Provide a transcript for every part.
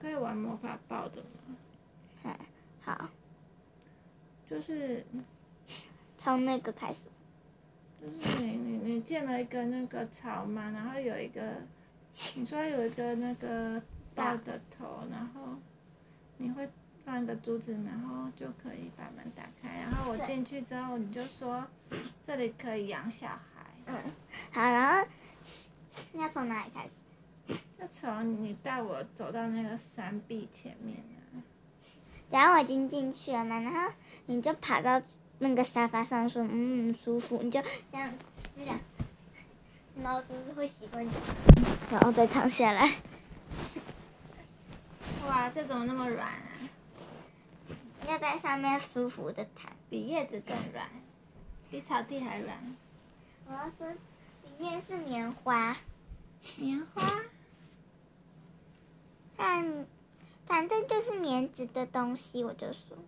在玩魔法报的吗？嗯，好，就是从那个开始。就是你你你建了一个那个草嘛，然后有一个，你说有一个那个大的头，然后你会放一个珠子，然后就可以把门打开。然后我对进去之后，你就说这里可以养小孩。嗯，好，然后要从哪里开始？那从你带我走到那个山壁前面啊，然后我已经进去了嘛，然后你就爬到那个沙发上说：“嗯，舒服。”你就这样，就这样，然后就是会习惯你，然后再躺下来。哇，这怎么那么软啊？要在上 面舒服的躺。比叶子更软，比草地还软。我要说，里面是棉花，棉花，但反正就是棉质的东西，我就说，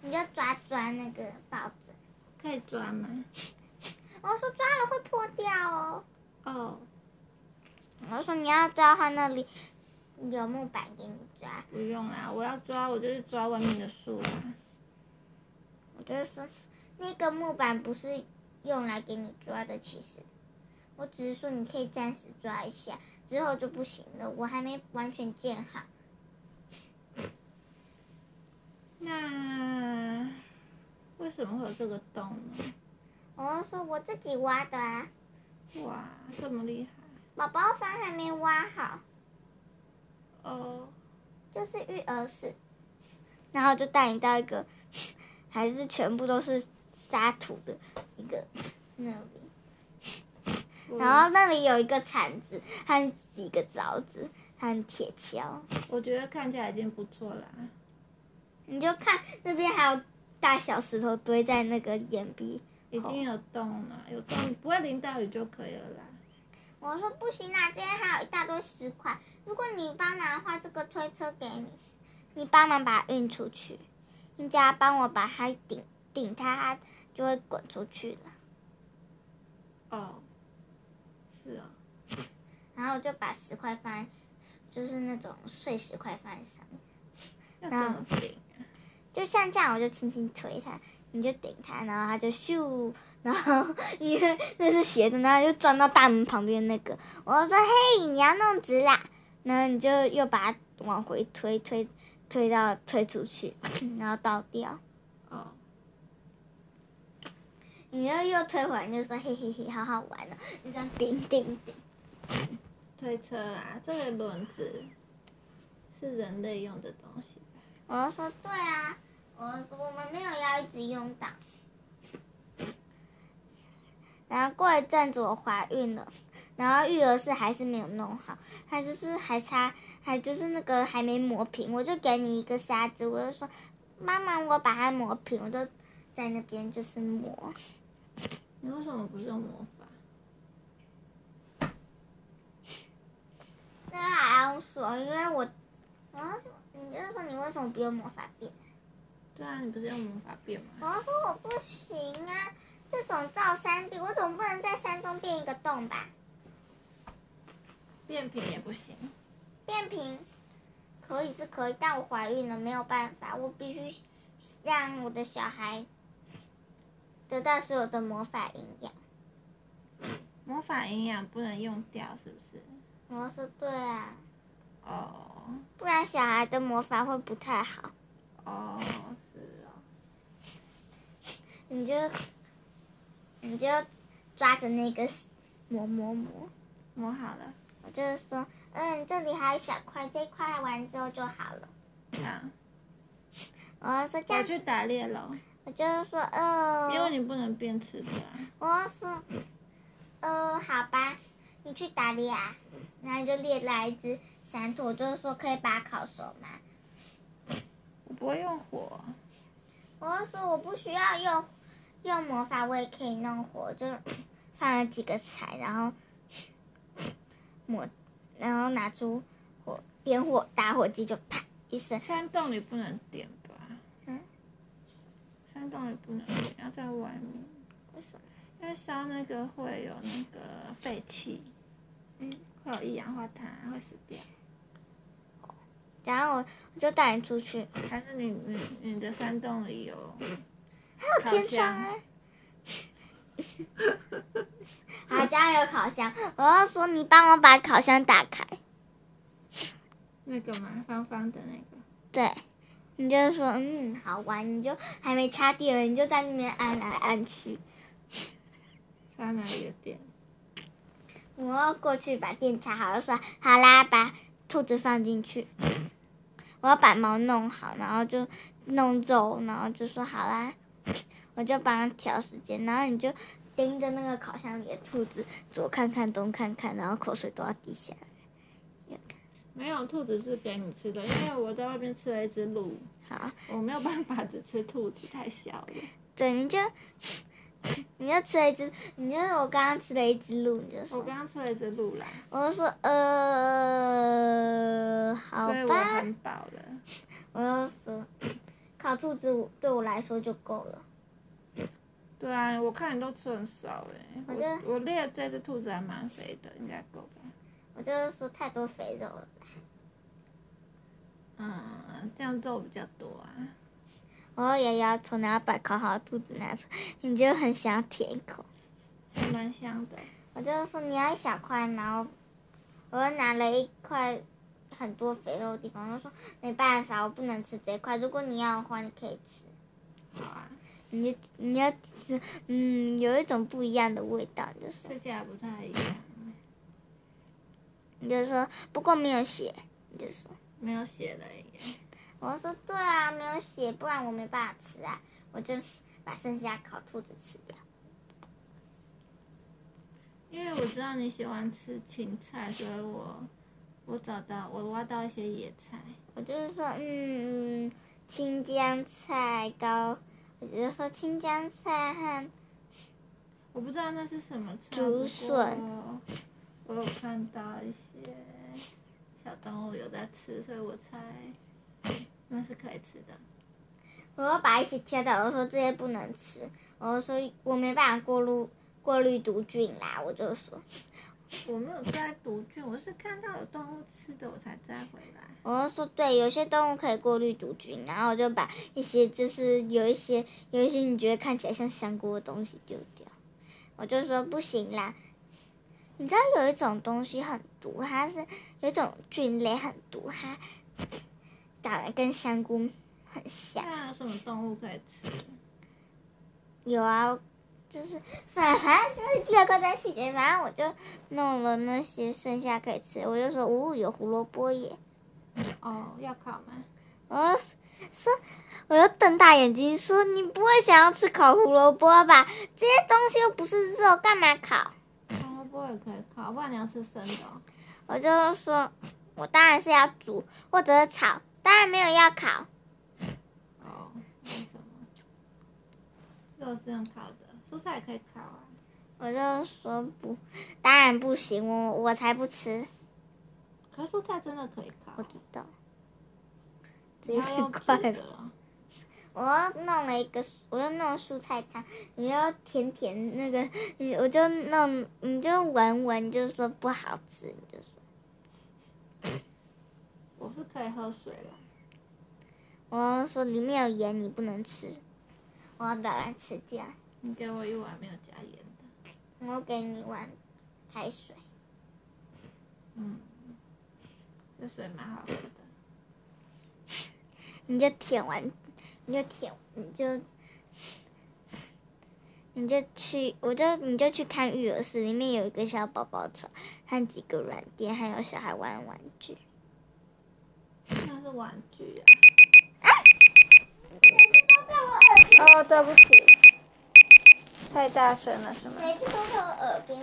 你就抓抓那个报纸。可以抓吗？我说抓了会破掉哦。哦，我说你要抓的话，那里有木板给你抓。不用啦，我要抓我就是抓外面的树啊。我就是说，那个木板不是用来给你抓的，其实，我只是说你可以暂时抓一下，之后就不行了。我还没完全建好，那为什么会有这个洞呢？我就说我自己挖的啊，哇，这么厉害！宝宝房还没挖好，哦，就是育儿室，然后就带你到一个 还是全部都是沙土的一个那里。我然后那里有一个铲子和几个凿子和铁锹，我觉得看起来已经不错啦。你就看那边还有大小石头堆在那个岩壁。已经有洞了，有洞不会淋到雨就可以了啦。我说不行啊啦，这边还有一大堆石块，如果你帮忙的话，这个推车给你，你帮忙把它运出去，你只要帮我把它顶顶它，它就会滚出去了。哦，是哦，然后我就把石块放在，就是那种碎石块放在上面。那怎么淋？就像这样，我就轻轻推它，你就顶它，然后它就咻， 然后因为那是斜的，然后就撞到大门旁边那个。我说：“嘿，你要弄直啦！”然后你就又把它往回推，推推到推出去， 然后倒掉。哦，你又又推回来，你就说：“嘿嘿嘿，好好玩哦！”你这样顶顶顶，推车啊，这个轮子是人类用的东西吧？我就说：“对啊，我我们没有要一直用到。”然后过一阵子我怀孕了，然后育儿室还是没有弄好，还就是还差还就是那个还没磨平，我就给你一个沙子，我就说妈妈我把它磨平，我就在那边就是磨，你为什么不是用魔法？那还要说，因为我，然后你就说你为什么不用魔法变？对啊，你不是用魔法变吗？我要说我不行啊，这种造山壁，我总不能在山中变一个洞吧？变频也不行。变平可以是可以，但我怀孕了，没有办法，我必须让我的小孩得到所有的魔法营养。魔法营养不能用掉，是不是？我说对啊，哦不然小孩的魔法会不太好。哦，是哦。你就你就抓着那个磨磨磨，磨好了，我就是说，嗯，这里还有一小块，这一块完之后就好了。啊，我说这我样，去打猎了，我就是说，呃，因为你不能变吃的啊。我说，呃，好吧，你去打猎啊，然后你就猎来一只闪兔，就是说可以把它烤熟嘛。我不会用火，我就说我不需要用用魔法，我也可以弄火，就 放了几个柴，然后 抹，然后拿出火点火打火机就啪一声，山洞里不能点吧？嗯，山洞里不能点，要在外面，为什么？因为烧那个会有那个废气，嗯，会有一氧化碳，会死掉。然后我我就带你出去，还是你你你的山洞里有 还有天窗啊。好，家有烤箱，我要说你帮我把烤箱打开。那个吗？方方的那个。对，你就说嗯好玩，你就还没插电了，你就在那边按来按去。插哪里的电？我要过去把电插好，就说好啦，把兔子放进去。我要把毛弄好，然后就弄皱，然后就说好啦，我就帮他调时间，然后你就盯着那个烤箱里的兔子，左看看东看看，然后口水都要滴下来。没有，兔子是给你吃的，因为我在外面吃了一只鹿，好，我没有办法只吃兔子，太小了。对，你就 你就吃了一只，你就我刚刚吃了一只鹿，你就说 我，刚刚吃了一只鹿啦，我就说呃，好所以我吧，很饱了。我就 说烤兔子对我来说就够了。对啊，我看你都吃很少哎、好的我我猎这只兔子还蛮肥的，应该够吧？我就是说太多肥肉了。嗯，这样肉比较多啊。我也要从然后把烤好的兔子拿出来，你就很想舔一口。还蛮香的。我就说你要一小块，然后我又拿了一块很多肥肉的地方，我就说没办法，我不能吃这一块。如果你要的话，你可以吃。好啊，你就你要吃，嗯，有一种不一样的味道，你就说吃起来不太一样，你就说，不过没有血，你就说，没有血的耶。我就说对啊，没有血，不然我没办法吃啊，我就把剩下烤兔子吃掉。因为我知道你喜欢吃芹菜，所以我我找到我挖到一些野菜，我就是说，嗯，青江菜高，我就是说青江菜和我不知道那是什么菜。竹笋不过我有看到一些小动物有在吃，所以我猜那是可以吃的。我要把一起挑掉，我说这些不能吃，我说我没办法过滤过滤毒菌啦，我就说，我没有摘毒菌，我是看到有动物吃的我才摘回来。我就说对，有些动物可以过滤毒菌，然后我就把一些就是有一些有一些你觉得看起来像香菇的东西丢掉，我就说不行啦。你知道有一种东西很毒，它是有一种菌类很毒，它长得跟香菇很像。那有什么动物可以吃？有啊，就是算了，反正就是略过这细节，反正我就弄了那些剩下可以吃，我就说，呜、有胡萝卜耶，哦，要烤吗？我说，我又瞪大眼睛说，你不会想要吃烤胡萝卜吧？这些东西又不是肉，干嘛烤？红萝卜也可以烤，不然你要吃生的、哦。我就说，我当然是要煮或者是炒，当然没有要烤。哦，为什么？肉是用烤的，蔬菜也可以烤啊。我就说不，当然不行，我我才不吃。可是蔬菜真的可以烤我，知道，你要用快煮了。的哦。我又弄了一个，我又弄了蔬菜汤，你就舔舔那个，你我就弄，你就闻闻，就说不好吃，你就说。我是可以喝水了。我说里面有盐，你不能吃。我要把它吃掉。你给我一碗没有加盐的。我给你一碗开水。嗯，这水蛮好喝的。你就舔完，你就舔，你就， 你就去，我就你就去看育儿室，里面有一个小宝宝床，和几个软垫，还有小孩玩的玩具。那是玩具啊呀、啊哦，对不起，太大声了，是吗每次都在我耳边。